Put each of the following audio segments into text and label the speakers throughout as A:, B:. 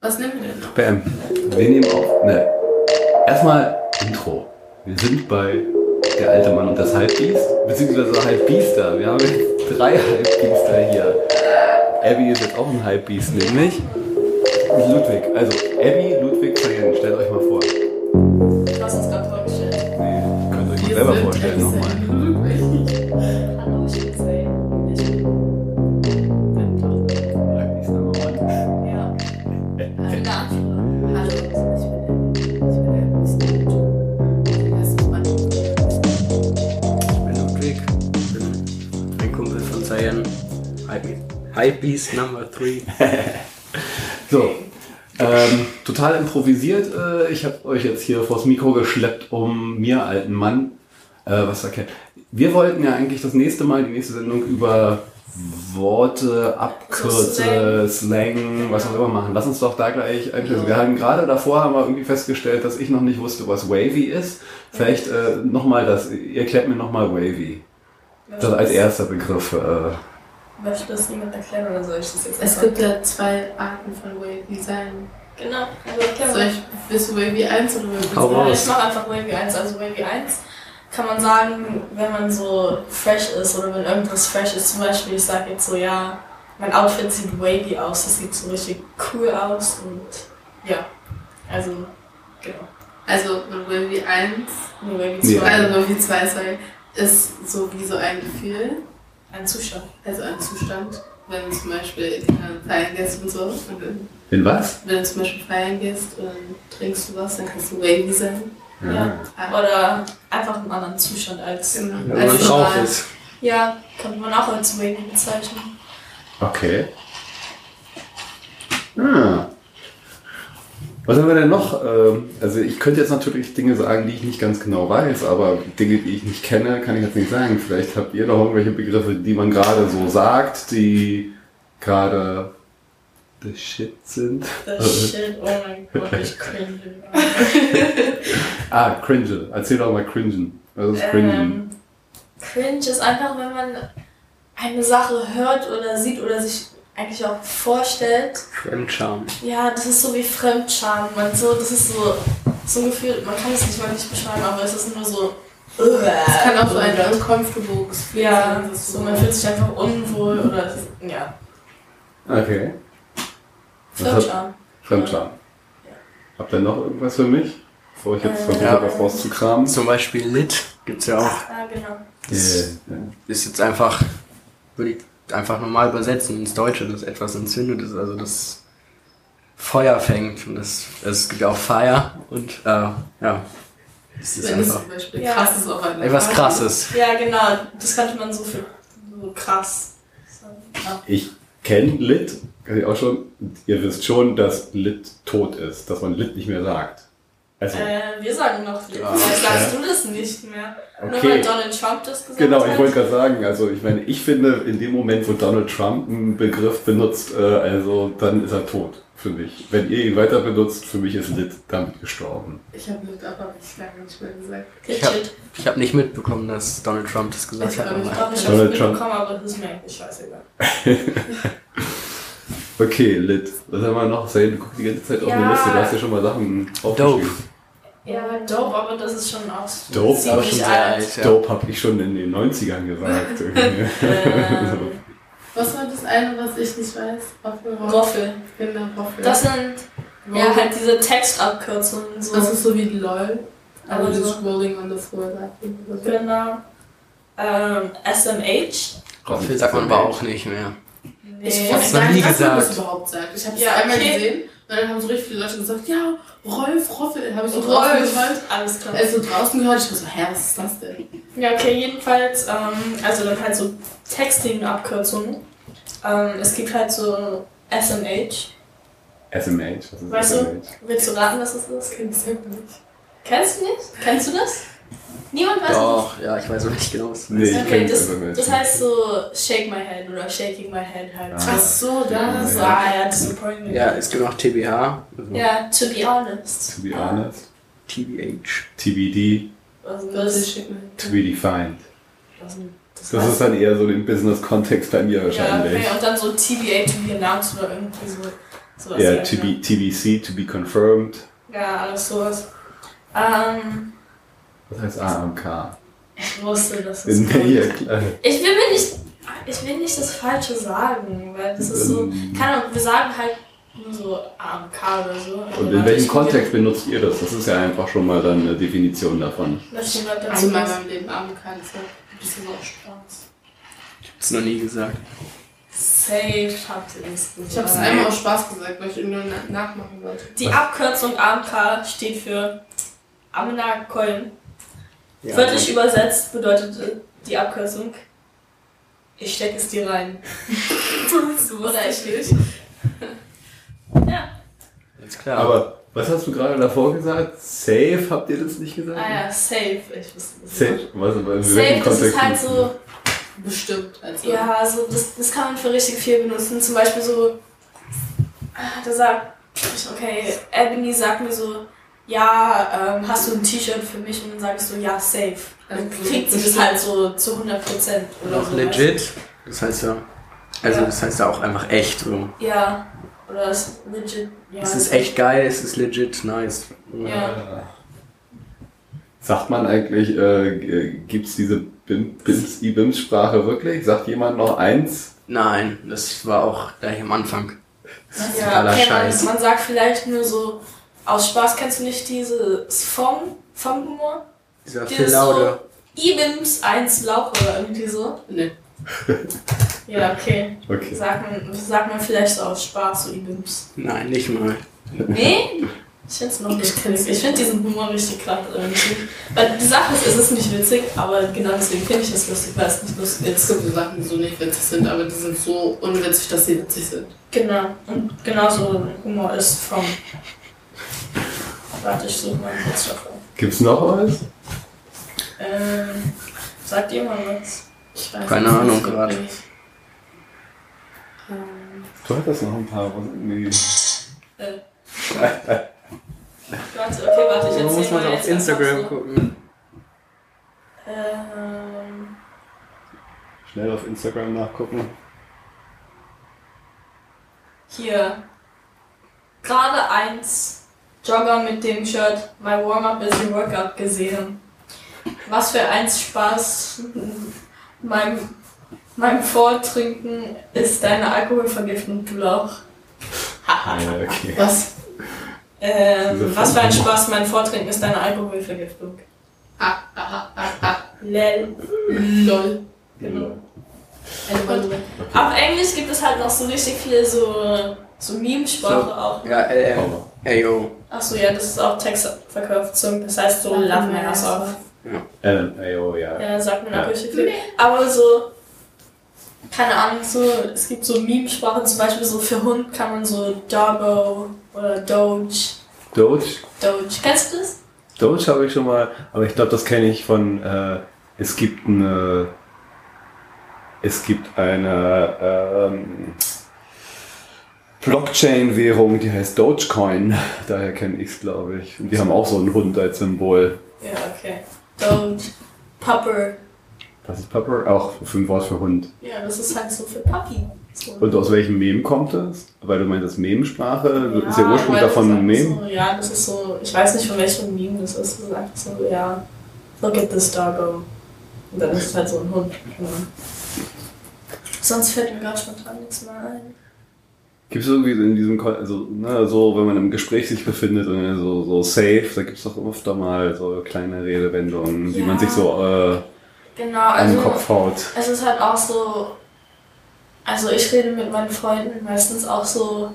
A: was nehmen wir denn noch?
B: Bam. Wir nehmen auf. Ne. Erstmal Intro. Wir sind bei der alte Mann und das Halbbiest, beziehungsweise Halbbiester. Wir haben jetzt drei Halbbiester hier. Abby ist jetzt auch ein Halbbiest, nämlich. Und Ludwig. Also Abby, Ludwig, Cayenne. Stellt euch mal vor.
A: Du hast uns gerade vorgestellt.
B: Nee, könnt ihr euch
A: Wir
B: selber
A: sind
B: vorstellen
A: Excel.
B: nochmal.
A: Wirklich. Hallo, ich bin Zay. Ich bin meine Tochter.
B: Halbbiester Nummer eins.
A: Ja. Also der Anfang. Hallo, ich bin Ich bin ein bisschen gut. Der erste Mann.
C: Ich bin Ludwig, bin ein Kumpel von Cyan. Hypebeast Number 3.
B: So. Ähm, total improvisiert. Äh, ich habe euch jetzt hier vors Mikro geschleppt, um mir, alten Mann, äh, was zu erkennen. Wir wollten ja eigentlich das nächste Mal, die nächste Sendung über Worte, Abkürze, Slang, was auch immer machen. Lass uns doch da gleich einschließen. Wir haben gerade davor haben wir irgendwie festgestellt, dass ich noch nicht wusste, was Wavy ist. Vielleicht äh, nochmal das, ihr klärt mir nochmal Wavy. Das als erster Begriff. Äh,
D: Möchte das niemand erklären oder soll ich das jetzt
A: Es gibt ja zwei Arten von Wave Design.
D: Genau, also erklär
A: Soll
D: mal.
A: ich, willst du Wavy 1 oder Wavy 2?
C: Hau raus.
D: Ich mache einfach Wavy 1. Also Wavy 1 kann man sagen, wenn man so fresh ist oder wenn irgendwas fresh ist. Zum Beispiel, ich sage jetzt so, ja, mein Outfit sieht wavy aus, das sieht so richtig cool aus und ja. Also, genau.
A: Also Wavy 1,
D: Nur Wavy
B: Nee.
D: 2.
A: also Wavy 2, sorry, ist so wie so ein Gefühl.
D: Ein Zuschauer.
A: Also ein Zustand, wenn du zum Beispiel keine Ahnung, feiern gehst und so. Und dann,
B: in was?
A: wenn du zum Beispiel feiern gehst und trinkst du was, dann kannst du wavy sein. Ah,
D: Ja. Oder einfach einen anderen Zustand als.
A: Genau.
C: Wenn man
A: Also
C: drauf
A: schwarz.
C: ist.
D: Ja, könnte man auch als wavy bezeichnen.
B: Okay. Ah. Was haben wir denn noch? Ähm, Also ich könnte jetzt natürlich Dinge sagen, die ich nicht ganz genau weiß, aber Dinge, die ich nicht kenne, kann ich jetzt nicht sagen. Vielleicht habt ihr noch irgendwelche Begriffe, die man gerade so sagt, die gerade the shit sind.
D: Das shit, oh mein Gott, ich cringe.
B: ah, cringe. Erzähl doch mal cringen. Was ist cringen?
D: Ähm, cringe ist einfach, wenn man eine Sache hört oder sieht oder sich eigentlich auch vorstellt.
C: Fremdscham.
D: Ja, das ist so wie Fremdscham. Man so, das ist so, so ein Gefühl, man kann es nicht mal nicht beschreiben, aber es ist nur so.
A: Es
D: Es
A: kann auch so ein uncomfortable Gefühl
D: Ja,
A: sein. das ist
D: so, man fühlt sich einfach unwohl oder. Ja,
B: Okay. Was hat-
D: Fremdscham.
B: Fremdscham. Habt ihr noch irgendwas für mich? Bevor ich jetzt versuche,
C: Ja.
B: was rauszukramen.
C: Zum Beispiel Lit gibt's ja auch.
D: Ja, genau.
C: Das
B: Yeah.
C: ist jetzt einfach, würde ich einfach normal übersetzen ins Deutsche, dass etwas entzündet ist, also das Feuer fängt. Und das, also es gibt ja auch Fire und äh, ja, es ist
A: Wenn es
C: einfach
A: zum Beispiel
D: Ja.
A: krasses auf einer
C: etwas
A: Party
C: Krasses.
D: Ja, genau, das könnte man so für so krass. sagen. Ja.
B: Ich kenne Lit, kann ich auch schon. Ihr wisst schon, dass Lit tot ist, dass man Lit nicht mehr sagt. Also,
D: Äh, wir sagen noch, vielleicht
C: Ja.
D: sagst du das nicht mehr. Nur
B: okay.
D: weil Donald Trump das gesagt
B: Genau,
D: hat.
B: ich wollte gerade sagen, also ich meine, ich finde, in dem Moment, wo Donald Trump einen Begriff benutzt, äh, also dann ist er tot für mich. Wenn ihr ihn weiter benutzt, für mich ist Lit damit gestorben.
A: Ich habe mit aber nicht lange nicht mehr gesagt.
C: Ich hab-
D: Kitchen.
C: Ich habe nicht mitbekommen, dass Donald Trump das gesagt
A: Ich
C: hat.
A: glaub, ich
C: aber-
D: Doch, ich hab's
B: Donald Trump.
D: mitbekommen, aber das ist mir eigentlich scheißegal.
B: Okay, Lit. Was haben wir noch? Say, du guckst die ganze Zeit auf eine
D: Ja.
B: Liste, du hast ja schon mal Sachen aufgeschrieben.
D: Ja, dope, aber das ist schon aus.
B: Dope,
C: Das war schon sehr alt. Ja.
B: Dope habe ich schon in den 90ern gesagt. irgendwie.
D: Ähm,
A: Was war das eine, was ich nicht weiß? Waffel.
D: Waffel.
A: Genau, Waffel.
D: Das sind ja halt diese Textabkürzungen so.
A: das ist so wie LOL. Aber
D: Also-
A: dieses Rolling on the Floor Sachen oder so.
D: genau. Ähm, SMH.
C: Roffel sagt man aber auch nicht mehr.
D: Ich
A: Ich
C: hab's
A: hab's
C: noch
A: gar
C: nie
A: nicht, dass man das
C: gesagt.
A: überhaupt sagt. Ich habe es
D: Ja,
A: einmal
D: okay.
A: gesehen und dann haben so richtig viele Leute gesagt, ja, Rolf Roffel. Habe ich so draußen gehört.
D: Rolf. Also- Alles klar.
A: Als so draußen gehört, ich war so, hä, was ist das denn?
D: Ja, okay, jedenfalls, ähm, also dann halt so Texting-Abkürzungen. Ähm, es gibt halt so SMH.
B: SMH, was ist
D: Weißt du?
B: SMH?
D: Willst du raten, was das ist?
A: kenn ich selber nicht.
D: Kennst du nicht? Kennst du das? Niemand weiß das?
C: Doch, ja, ich weiß auch nicht genau. was-
B: Nee, ich also
D: Okay,
B: kenne
D: das,
B: SMH.
D: das heißt so Shake My Head oder Shaking My Head halt.
B: Ah.
A: Ach so, das.
D: So, ah ja, disappointment.
C: Ja, es gibt auch TBH, also
D: Ja, to be honest.
B: to be honest.
C: TBH.
B: TBD,
D: Also,
A: Das
D: das
A: ist
D: ist
A: schick, ne?
B: to be defined.
D: das ist-
B: Das ist dann eher so im Business-Kontext bei mir
D: Ja, also
B: wahrscheinlich.
D: okay, und dann so TBA to be announced oder irgendwie so. Sowas
B: Ja,
D: halt,
B: to
D: ne?
B: be, TBC, to be confirmed.
D: Ja, alles sowas. Ähm,
B: Was heißt AMK?
D: ich wusste, dass es kommt.
B: Ja, klar.
D: Ich will mir nicht, ich will nicht das Falsche sagen, weil das ist so,
B: Ähm.
D: keine Ahnung, wir sagen halt nur so AMK oder so.
B: Und in welchem Kontext benutzt ihr das? Das ist ja einfach schon mal dann eine Definition davon.
D: Dass jemand dazu
A: Einmal
D: was,
A: beim Leben haben kannst, ein bisschen auch Spaß.
C: Ich hab's noch nie gesagt.
D: safe habt ihr das gesagt.
A: Ich
C: Ah,
A: habe es einmal aus Spaß gesagt, weil ich irgendwann na- nachmachen wollte.
D: Die Abkürzung AMK steht für Amna Köln.
C: Ja,
D: Wörtlich
C: gut.
D: übersetzt bedeutet äh, die Abkürzung ich steck es dir rein. so
A: Oder ich will.
D: Ja.
C: Alles klar.
B: Aber was hast du gerade davor gesagt? Safe habt ihr das nicht gesagt?
D: Ah ja, safe. Ich wusste das
B: Safe? Was, in welchem
D: Safe, das
B: Kontext
D: ist halt so.
A: Bestimmt. Also.
D: Ja, also das, das kann man für richtig viel benutzen. Zum Beispiel so, ah, da sagt, okay, Ebony sagt mir so, ja, ähm, hast du ein T-Shirt für mich? Und dann sage ich so, ja, safe. Dann
A: Also,
D: kriegt sie das
A: bestimmt.
D: halt so zu 100 Prozent
C: Und
D: oder
C: auch
D: so.
C: legit. Das heißt ja. Also
D: Ja.
C: das heißt ja auch einfach echt. So.
D: Ja, oder das legit, ja.
C: Es ist echt geil, es ist legit nice.
D: Ja.
B: Äh, Sagt man eigentlich, äh, gibt es diese Bim- Bims, I-Bims-Sprache wirklich? Sagt jemand noch eins?
C: Nein, das war auch gleich am Anfang.
D: Ja,
C: Totaler
D: okay, man,
C: Scheiß.
D: man sagt vielleicht nur so, aus Spaß kennst du nicht dieses Fong, Fong-Humor?
C: Dieser
D: Dieses
C: Phil Laude.
D: so, Ibims 1 Lauch oder irgendwie so.
A: Nee.
D: Ja, okay.
B: Okay.
D: Sagt man, sagt man vielleicht so aus Spaß, so Ibims.
C: Nein, nicht mal.
D: Nee? Ich find's noch nicht witzig. Ich find diesen Humor richtig krass irgendwie. Weil die Sache ist, es ist nicht witzig, aber genau deswegen finde ich es lustig, weil es nicht lustig
A: Es
D: ist.
A: gibt so Sachen, die so nicht witzig sind, aber die sind so unwitzig, dass sie witzig sind.
D: Genau. Und genauso Humor ist vom. Warte, ich suche mal einen Witz davon.
B: Gibt's noch was?
D: Ähm, sagt ihr mal was?
A: Ich weiß
C: Keine
A: es nicht
C: Ahnung
A: wirklich.
C: gerade.
A: Ähm,
B: Du hattest noch ein paar. was irgendwie-
D: Äh. Warte, okay, warte, ich erzähl
C: muss man
D: mal
C: auf
D: jetzt einfach
C: Instagram
D: so.
C: gucken.
D: Ähm,
B: Schnell auf Instagram nachgucken.
D: Hier. Gerade eins. Jogger mit dem Shirt. My Warm-up is your Workout gesehen. Was für eins Spaß. Mein, mein Vortrinken ist deine Alkoholvergiftung, du Lauch.
B: Ah, ja, okay.
A: was?
D: Ähm, was für ein Spaß, mein Vortrinken ist deine Alkoholvergiftung.
A: Ah, ah, ah, ah,
D: Lel.
A: lol.
D: Genau.
A: Eine Wunde.
D: Auf Englisch gibt es halt noch so richtig viel so, so Meme-Sprache
C: So.
D: auch.
C: Ja, LM.
B: Aber
C: Ey, yo.
D: Achso, ja, das ist auch Textverkürzung. Das heißt so, laugh my ass off.
B: LMAO, Äh, ja.
D: Ja, sagt man
B: Ja.
D: auch richtig viel. Aber so, keine Ahnung, so, es gibt so Meme-Sprachen, zum Beispiel so für Hund kann man so Doggo oder Doge.
B: Doge?
D: Doge. Kennst du das?
B: Doge habe ich schon mal, aber ich glaube, das kenne ich von, äh, es gibt eine, es gibt eine ähm, Blockchain-Währung, die heißt Dogecoin. Daher kenne ich es, glaube ich. Und die haben auch so einen Hund als Symbol.
D: Ja, okay. Doge. Pupper.
B: Was ist Pepper? Auch für ein Wort für Hund.
D: Ja, das ist halt so für Papi. So.
B: Und aus welchem Mem kommt es? Weil du meintest Memensprache, ist der Ursprung
D: weil das
B: davon ein
D: ist
B: Mem?
D: einfach So, ja, das ist so, ich weiß nicht von welchem Meme das ist, das ist einfach so, ja, look at this doggo. Und dann ist es halt so ein Hund. Ja. Sonst fällt mir gerade spontan nichts mehr ein.
B: Gibt es irgendwie in diesem, Kon- also, ne, so, wenn man im Gespräch sich befindet und dann so, so safe, da gibt es doch öfter mal so kleine Redewendungen, die
D: Ja.
B: man sich so äh,
D: Genau,
B: an den
D: also
B: Kopf haut.
D: es ist halt auch so, also ich rede mit meinen Freunden meistens auch so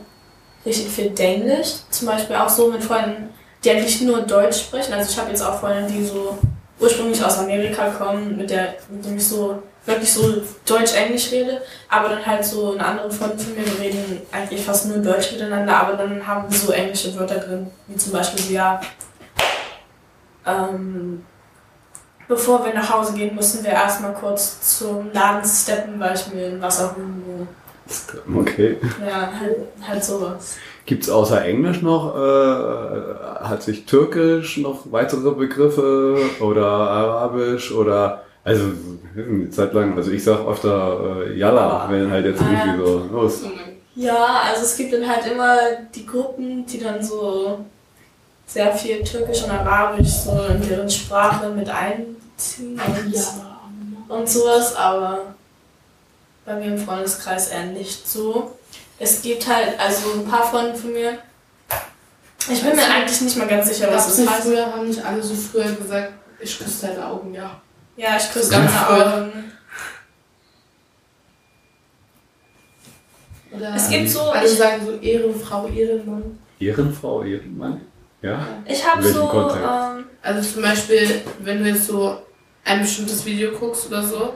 D: richtig viel Englisch. Zum Beispiel auch so mit Freunden, die eigentlich nur Deutsch sprechen. Also ich habe jetzt auch Freunde, die so ursprünglich aus Amerika kommen, mit der mit dem ich so wirklich so Deutsch-Englisch rede, aber dann halt so eine andere Freundin von mir, wir reden eigentlich fast nur Deutsch miteinander, aber dann haben wir so englische Wörter drin, wie zum Beispiel so, ja, ähm, Bevor wir nach Hause gehen, mussten wir erstmal kurz zum Laden steppen, weil ich mir ein Wasser holen
B: Okay.
D: will. Ja, halt, halt sowas.
B: Gibt es außer Englisch noch, äh, hat sich Türkisch noch weitere Begriffe oder Arabisch oder, also, eine Zeit lang, also ich sag öfter äh, Yalla, wenn halt jetzt
D: Ah, ja.
B: irgendwie so, los,
A: So mein
D: Ja, also es gibt dann halt immer die Gruppen, die dann so sehr viel Türkisch und Arabisch so in deren Sprache mit einziehen und, und sowas, aber bei mir im Freundeskreis eher nicht so. Es gibt halt, also ein paar Freunde von mir, ich bin mir eigentlich Also nicht mal ganz sicher, was
A: Gab's
D: es
A: nicht
D: heißt.
A: früher, haben nicht alle so früher gesagt, ich küsse deine Augen, ja.
D: Ja, ich küsse
A: Ganz
D: deine
A: früher.
D: Augen.
A: Oder
D: Es gibt so,
A: alle
D: ich,
A: sagen so Ehrenfrau, Ehrenmann.
B: Ehrenfrau, Ehrenmann? Ja?
D: ich habe
B: In welchem
D: so,
B: Kontext?
D: ähm,
A: Also zum Beispiel, wenn du jetzt so ein bestimmtes Video guckst oder so,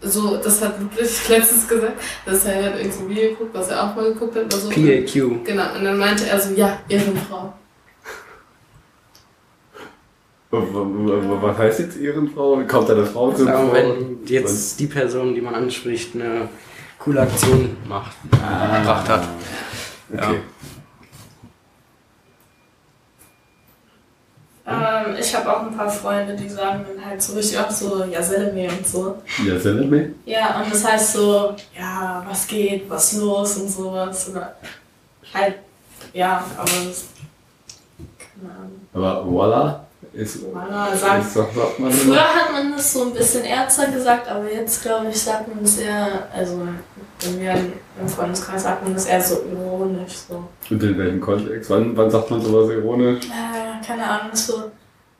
A: so, das hat wirklich letztens gesagt, dass er halt irgendein Video guckt, was er auch mal geguckt hat oder so.
C: PAQ.
A: Genau, und dann meinte er so, ja, Ehrenfrau.
B: W- w- w- Was heißt jetzt Ehrenfrau? Kommt da eine Frau
C: Also,
B: drin vor?
C: wenn jetzt die Person, die man anspricht, eine coole Aktion macht,
B: Ah.
C: gebracht hat.
B: Okay.
D: Ähm, ich habe auch ein paar Freunde, die sagen dann halt so richtig auch so, ja, Selmi und so.
B: Ja, sendet mir.
D: Ja, und das heißt so, ja, was geht, was los und sowas. Oder halt, ja, aber das, keine Ahnung.
B: Aber voila ist. ist
D: Mala sagt,
B: sagt, sagt man immer.
D: früher hat man das so ein bisschen ernster gesagt, aber jetzt glaube ich, sagt man das eher, also bei mir im Freundeskreis sagt man das eher so ironisch so.
B: Und in welchem Kontext? Wann, wann sagt man sowas ironisch?
D: Äh, keine Ahnung, so,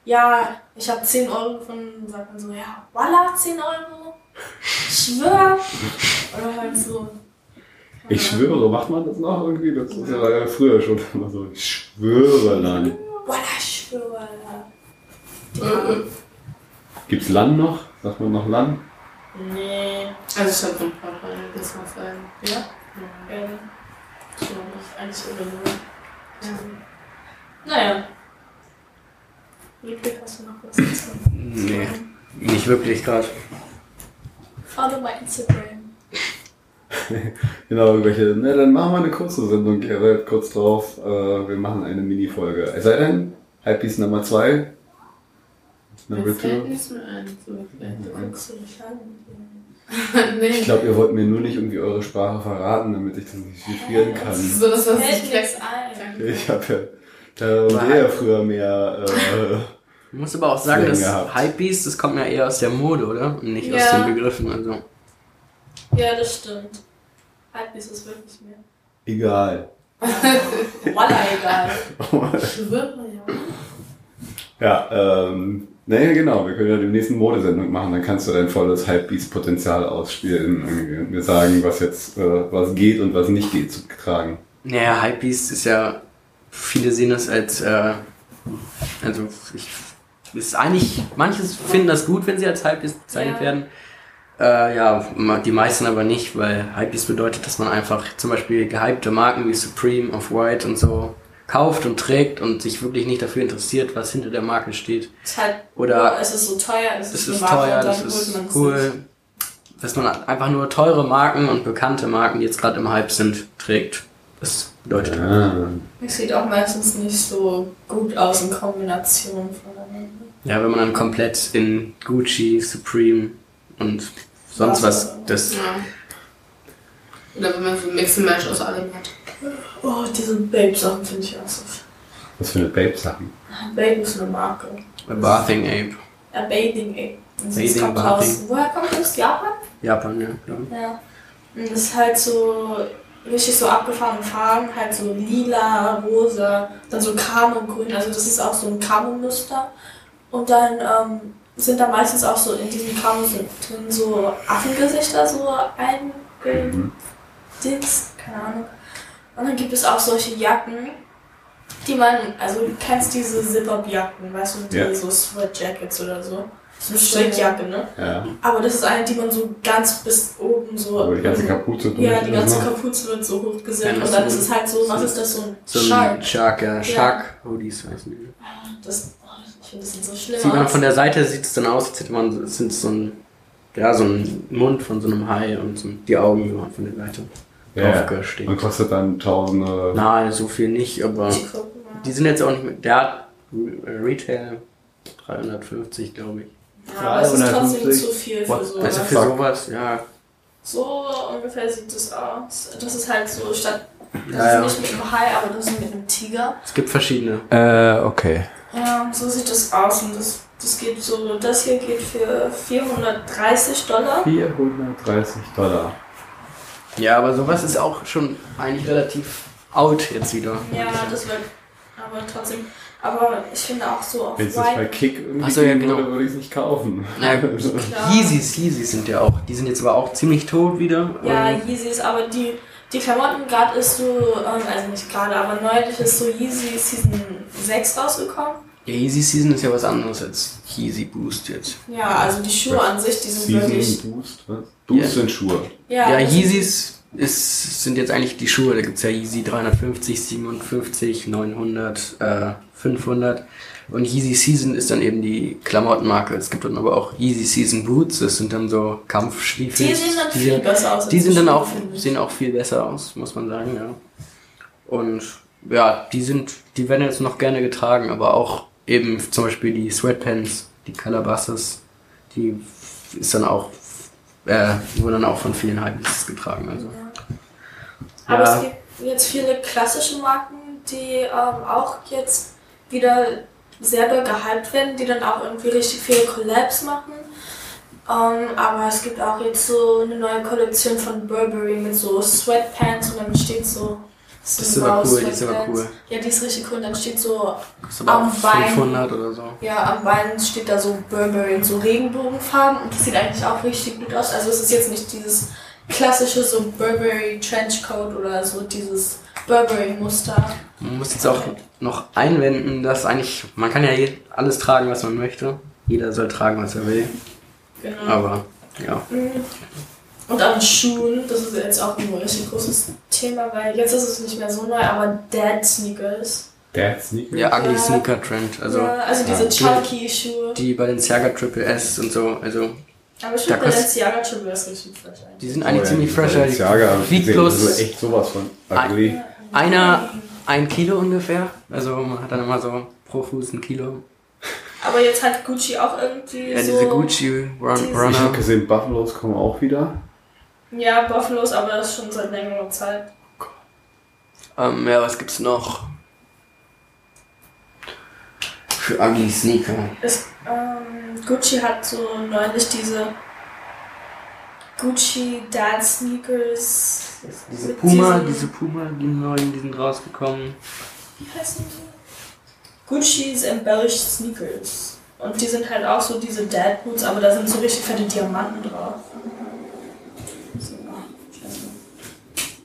D: ja, ich habe 10 Euro gefunden, sagt man so, ja, Walla, 10 Euro, schwör. Oder halt so. keine
B: Ich
D: Ahnung,
B: schwöre, macht man das noch irgendwie? Das ist ja früher schon immer so. Ich schwöre, nein.
D: Walla, schwör, Walla.
A: Äh, äh.
B: Gibt's Lan noch? Sagt man noch Lan?
D: Nee,
A: Also ich habe ein paar Freunde, die das mal sagen.
D: ja,
A: Ja,
D: gerne.
A: ich glaube,
D: Eigentlich ironisch.
A: ja.
D: Ähm, Naja. Ludwig, hast du noch was dazu?
C: Nee, nicht wirklich gerade.
D: Follow my Instagram.
B: Genau, irgendwelche. Na, dann machen wir eine kurze Sendung. Ihr seid kurz drauf. Äh, wir machen eine Mini-Folge. Es sei denn, Hypebeast Nummer 2.
A: Mir
B: Number 2.
A: fällt nichts mehr ein. So vielleicht.
D: Guckst du mich an?
A: nee.
B: Ich glaube, ihr wollt mir nur nicht irgendwie eure Sprache verraten, damit ich das nicht chiffrieren
A: das ist
B: kann.
A: so, dass das
D: Hält
A: nicht
D: mir das
A: gleich
D: ein.
B: Ich habe ja, da und ihr ja früher mehr. Äh,
C: Ich muss aber auch sagen,
B: Slang
C: dass
B: gehabt.
C: Hypebeast, das kommt ja eher aus der Mode, oder? Und nicht aus
D: Ja.
C: den Begriffen. Also.
D: Ja, das stimmt. Halt, wie ist es wirklich mehr?
B: egal.
D: Walla, egal.
A: schwirrt.
B: ja, ähm. Naja, genau, wir können ja demnächst eine Modesendung machen, dann kannst du dein volles Hypebeast-Potenzial ausspielen irgendwie und mir sagen, was jetzt, äh, was geht und was nicht geht zu tragen.
C: Naja, Hypebeast ist ja, viele sehen das als, äh, also ich, ist eigentlich, manches finden das gut, wenn sie als Hypebeast bezeichnet
D: Ja.
C: werden. Äh, ja, ma- die meisten aber nicht, weil Hypebeast bedeutet, dass man einfach zum Beispiel gehypte Marken wie Supreme, Off-White und so kauft und trägt und sich wirklich nicht dafür interessiert, was hinter der Marke steht.
D: Ist halt,
C: Oder
D: es ist so teuer, es
C: Das
D: ist,
C: ist
D: eine Waffe
C: teuer,
D: und dann
C: das
D: holt
C: ist
D: man's nicht.
C: cool. Dass man einfach nur teure Marken und bekannte Marken, die jetzt gerade im Hype sind, trägt. Das bedeutet.
B: Ah.
D: Es sieht auch meistens nicht so gut aus in Kombination voneinander.
C: Ja, wenn man dann komplett in Gucci, Supreme und sonst was, das
A: Ja. Oder wenn man so ein Mix and Match aus allem hat.
D: Oh, diese Babe-Sachen finde ich auch so.
B: Was für eine Babe-Sachen.
D: Babe ist eine Marke.
C: bei Bathing Ape,
D: Ja, Bathing Ape. Das
C: Bathing,
D: kommt aus.
C: Bathing.
D: Woher kommt das? Japan?
C: Japan, ja, glaube
D: Ja. Und das ist halt so richtig so abgefahrene Farben, halt so lila, rosa, dann so Camo-Grün, also das ist auch so ein Camo-Muster. Und dann ähm, sind da meistens auch so in diesen Camos drin so Affengesichter so
B: Mhm.
D: eingedingst, keine Ahnung. Und dann gibt es auch solche Jacken, die man, also du kennst diese Zip-Up-Jacken, weißt du, die
B: Ja.
D: so Sweatjackets oder so. So eine Strickjacke, ne?
B: Ja.
D: Aber das ist eine, die man so ganz bis oben so.
B: Aber Oh. die ganze Kapuze durch.
D: ja, die ganze
B: ne?
D: Kapuze wird so hochgesenkt
C: Ja, das
D: und dann
C: ist
D: ist es halt so, was ist das, so ein
C: ich. So ein
D: Shark?
C: Shark, ja, Shark Hoodies heißen die.
D: Das, oh, ich finde das sieht so schlimm
C: Sieht man
D: aus.
C: von der Seite, sieht es dann aus, als hätte man es sind so ein, ja, so ein Mund von so einem Hai und so die Augen so von der Seite
B: Ja.
C: draufgesteckt.
B: Und kostet dann tausende.
C: Nein, so viel nicht, aber
D: Ich guck mal.
C: die sind jetzt auch nicht mehr. Der hat Re- Retail 350, glaube ich.
D: Ja, aber es ist trotzdem
B: 350.
D: zu viel für
B: What?
D: sowas.
C: Also für
B: Fuck.
C: sowas, ja,
D: So ungefähr sieht es aus. Das ist halt so statt. Das
C: Ja, ja.
D: ist nicht mit einem Hai, aber das ist mit einem Tiger.
C: Es gibt verschiedene.
B: Äh, okay.
D: Ja, so sieht das aus. Und das, das geht so, das hier geht für 430 Dollar.
B: 430 Dollar.
C: Ja, aber sowas ist auch schon eigentlich relativ out jetzt wieder.
D: Ja, das wird. Aber trotzdem. Aber ich finde auch so auf
B: Wenn es bei
D: White.
B: Kick irgendwie
C: Ach so, ja,
B: geben
C: genau.
B: würde, würde ich es nicht kaufen.
C: Na,
D: Klar.
C: Yeezys, Yeezys sind ja auch. Die sind jetzt aber auch ziemlich tot wieder.
D: Ja,
C: Ähm,
D: Yeezys, aber die, die Klamotten gerade ist so, ähm, also nicht gerade, aber neulich ist so Yeezy Season 6 rausgekommen.
C: ja, Yeezy Season ist ja was anderes als Yeezy Boost jetzt.
D: Ja, also die Schuhe an sich, die sind wirklich.
B: Season Boost, was? Boost
C: Ja.
B: sind Schuhe.
D: Ja, also-
C: Ja,
D: das-
C: Yeezys ist, sind jetzt eigentlich die Schuhe. Da gibt's ja Yeezy 350, 57, 900, äh, 500. Und Yeezy Season ist dann eben die Klamottenmarke. Es gibt dann aber auch Yeezy Season Boots. Das sind dann so Kampfstiefel.
D: Die sehen dann viel besser aus. als
C: Die sind dann
D: Schuhe,
C: auch,
D: finde ich.
C: sehen auch viel besser aus, muss man sagen, ja. Und ja, die sind, die werden jetzt noch gerne getragen, aber auch eben zum Beispiel die Sweatpants, die Calabasas, die ist dann auch, äh, die wurden dann auch von vielen Hypes getragen, also.
D: Aber
C: Ja.
D: es gibt jetzt viele klassische Marken, die ähm, auch jetzt wieder sehr doll gehypt werden, die dann auch irgendwie richtig viele Collabs machen. Ähm, aber es gibt auch jetzt so eine neue Kollektion von Burberry mit so Sweatpants und dann steht so
C: Das ist aber cool, die ist aber
D: Sweatpants.
C: cool.
D: Ja, die ist richtig cool. Und dann steht so,
C: Das ist aber
D: Am
C: auch
D: Bein.
C: 500 oder so.
D: ja, am Bein steht da so Burberry in so Regenbogenfarben und das sieht eigentlich auch richtig gut aus. Also es ist jetzt nicht dieses klassische so Burberry Trenchcoat oder so dieses Burberry Muster.
C: Man muss jetzt auch noch einwenden, dass eigentlich, man kann ja je- alles tragen, was man möchte. Jeder soll tragen, was er will,
D: Genau.
C: aber ja.
D: Mhm. Und an Schuhen, das ist jetzt auch ein richtig großes Thema, weil jetzt ist es nicht mehr so neu, aber Dad Sneakers.
B: That's nicht.
C: Ja, ugly
D: Ja.
C: Sneaker Trend, also.
D: ja, also diese
C: Ja.
D: chunky Schuhe.
C: die Balenciaga Triple S und so, also
D: Aber ich
C: Da
D: finde
C: kost-
D: Balenciaga schon wieder richtig fresh
C: Oh die
D: eigentlich.
C: sind eigentlich ziemlich fresh.
B: Oh Die Balenciaga habe ich
C: Wiegt
B: gesehen,
C: bloß Ah,
B: also echt sowas von ugly.
C: einer ein Kilo ungefähr, also man hat dann immer so pro Fuß ein Kilo.
D: Aber jetzt hat Gucci auch irgendwie
C: Ja,
D: so.
C: diese Gucci Run
D: diese-
B: Ich habe
C: Runner.
B: gesehen, Buffalos kommen auch wieder.
D: Ja, Buffalos, aber das schon seit längerer Zeit.
C: Ähm, ja, was gibt's noch? Für ugly Sneaker.
D: Es, ähm, Gucci hat so neulich diese Gucci Dance Sneakers.
C: Diese
D: mit
C: Puma,
D: diesem-
C: diese Puma, die neuen, die sind rausgekommen.
D: Wie heißen die? Gucci's Embellished Sneakers. Und die sind halt auch so diese Dad Boots, aber da sind so richtig fette Diamanten drauf. So, also,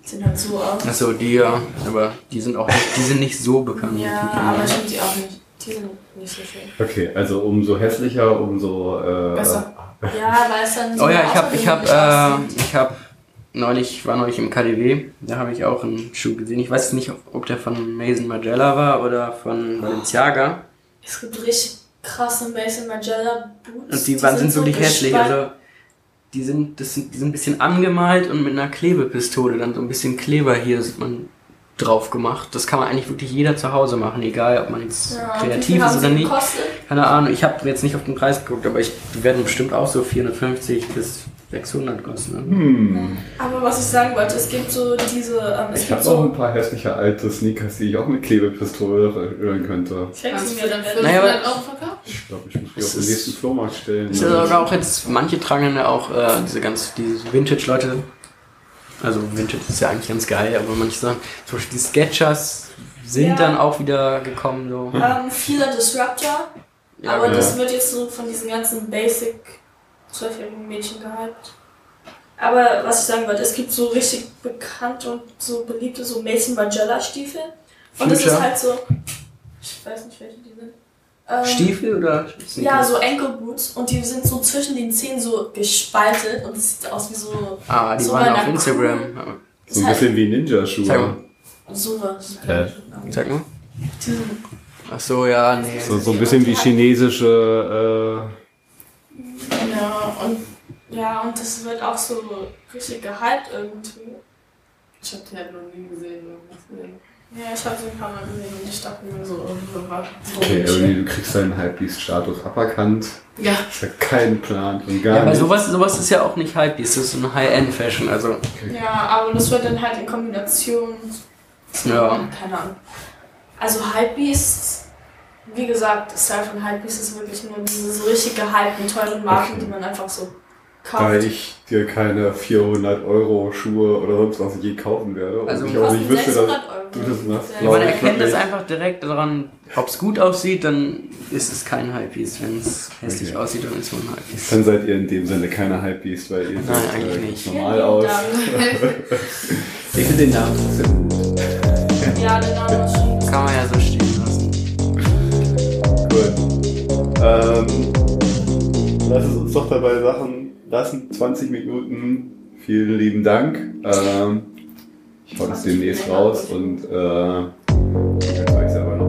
D: Sehen halt so aus.
C: Achso, die ja, aber die sind auch nicht, die sind nicht so bekannt.
D: Ja, aber ich finde die auch nicht. Die sind nicht so schön.
B: Okay, also umso hässlicher, umso äh,
A: Besser.
D: Ja, weil es dann so
C: Oh ja, ich habe, ich
D: außergewöhnlich
C: habe,
D: aussieht.
C: äh, ich habe neulich war neulich im KDW, da habe ich auch einen Schuh gesehen. Ich weiß nicht, ob- ob der von Mason Margiela war oder von Balenciaga.
D: Es gibt richtig krasse Mason Margiela Boots.
C: Und die, waren sind so wirklich hässlich. Also die sind, das sind, die sind ein bisschen angemalt und mit einer Klebepistole dann so ein bisschen Kleber hier sieht man drauf gemacht. Das kann man eigentlich wirklich jeder zu Hause machen, egal ob man jetzt kreativ ist oder nicht. Keine Ahnung, ich habe jetzt nicht auf den Preis geguckt, aber ich, die werden bestimmt auch so 450 bis 600 kosten. Ne?
B: Hm.
D: Aber was ich sagen wollte, es gibt so diese. Ähm, es
B: Ich
D: gibt
B: habe auch ein
D: so.
B: paar hässliche alte Sneakers, die ich auch mit Klebepistole rühren könnte.
D: Schenkst
A: Kannst
D: du
A: du mir dann
D: für-
A: 500
C: Naja, aber-
A: Euro verkaufen?
B: Ich glaube, ich muss die
C: Es
B: auf den
C: ist-
B: nächsten Flohmarkt stellen.
C: Ist genau- ja sogar auch jetzt, manche tragen ja auch äh, diese ganz, diese Vintage-Leute. Also Vintage ist ja eigentlich ganz geil, aber manche sagen, zum Beispiel die Sketchers sind
D: Ja.
C: dann auch wieder gekommen so.
D: Ähm, viele Disruptor,
C: Ja,
D: aber
B: genau.
D: das wird jetzt so von diesen ganzen Basic zwölfjährigen Mädchen gehypt. Aber was ich sagen wollte, es gibt so richtig bekannte und so beliebte so Mason Margiela Stiefel. Und das ist
C: Future.
D: halt so. Ich weiß nicht, welche die sind. Ähm,
C: Stiefel oder Sneakers?
D: Ja, so Ankle Boots und die sind so zwischen den Zehen so gespaltet und es sieht aus wie so halt
C: Ah, die
D: so
C: waren
D: bei
C: auf
D: einer
C: Instagram.
B: So ein bisschen wie
C: Zeig
B: Ninja-Schuhe.
C: mal.
D: sowas.
B: Hä?
C: Sag mal.
D: ne? Die sind-
C: Ach so, ja, nee.
B: So, so ein bisschen wie chinesische. äh,
D: Genau, und ja, und das wird auch so richtig gehypt irgendwie.
A: Ich habe die halt noch nie gesehen. noch nie gesehen.
D: Ja, ich habe sie ein paar Mal gesehen und ich dachte mir so, oh,
A: war.
B: Okay, Emily, du kriegst deinen Halbbeast-Status aberkannt.
A: Ja,
B: Ist ja kein Plan und gar
C: Ja, weil
B: nichts.
C: sowas, sowas ist ja auch nicht Hypebeast, das ist so eine High-End-Fashion. Also,
D: Ja, aber das wird dann halt in Kombination.
B: Ah.
C: ja.
D: Keine Ahnung. Also Hypebeast, wie gesagt, das Teil von Hypebeast ist wirklich nur diese so richtig gehypten, teuren Marken,
B: Okay.
D: die man einfach so
B: Da
D: kauft.
B: ich dir keine 400 Euro Schuhe oder sonst was je kaufen werde. Und
C: Also
B: ich auch
D: Kosten
B: nicht wüsste, dass
D: 600 Euro.
B: du das machst.
D: Ja,
B: glaub
C: Man
B: ich
C: erkennt
B: wirklich.
C: das einfach direkt daran, ob es gut aussieht, dann ist es kein Hypebeast. Wenn es hässlich
B: Okay.
C: aussieht, dann ist es nur ein Hypebeast.
B: Dann seid ihr in dem Sinne keine Hypebeast, weil ihr
C: Nein,
B: seht
C: eigentlich
B: äh,
C: nicht.
B: normal aus.
C: Ich finde den Namen trotzdem.
D: Ja, der Name ist schon.
C: Kann man ja so stehen lassen.
B: Gut. Ähm, lass es uns doch dabei Sachen lassen. 20 Minuten. Vielen lieben Dank. Ähm, ich hau das demnächst raus und äh, ich zeig's aber noch.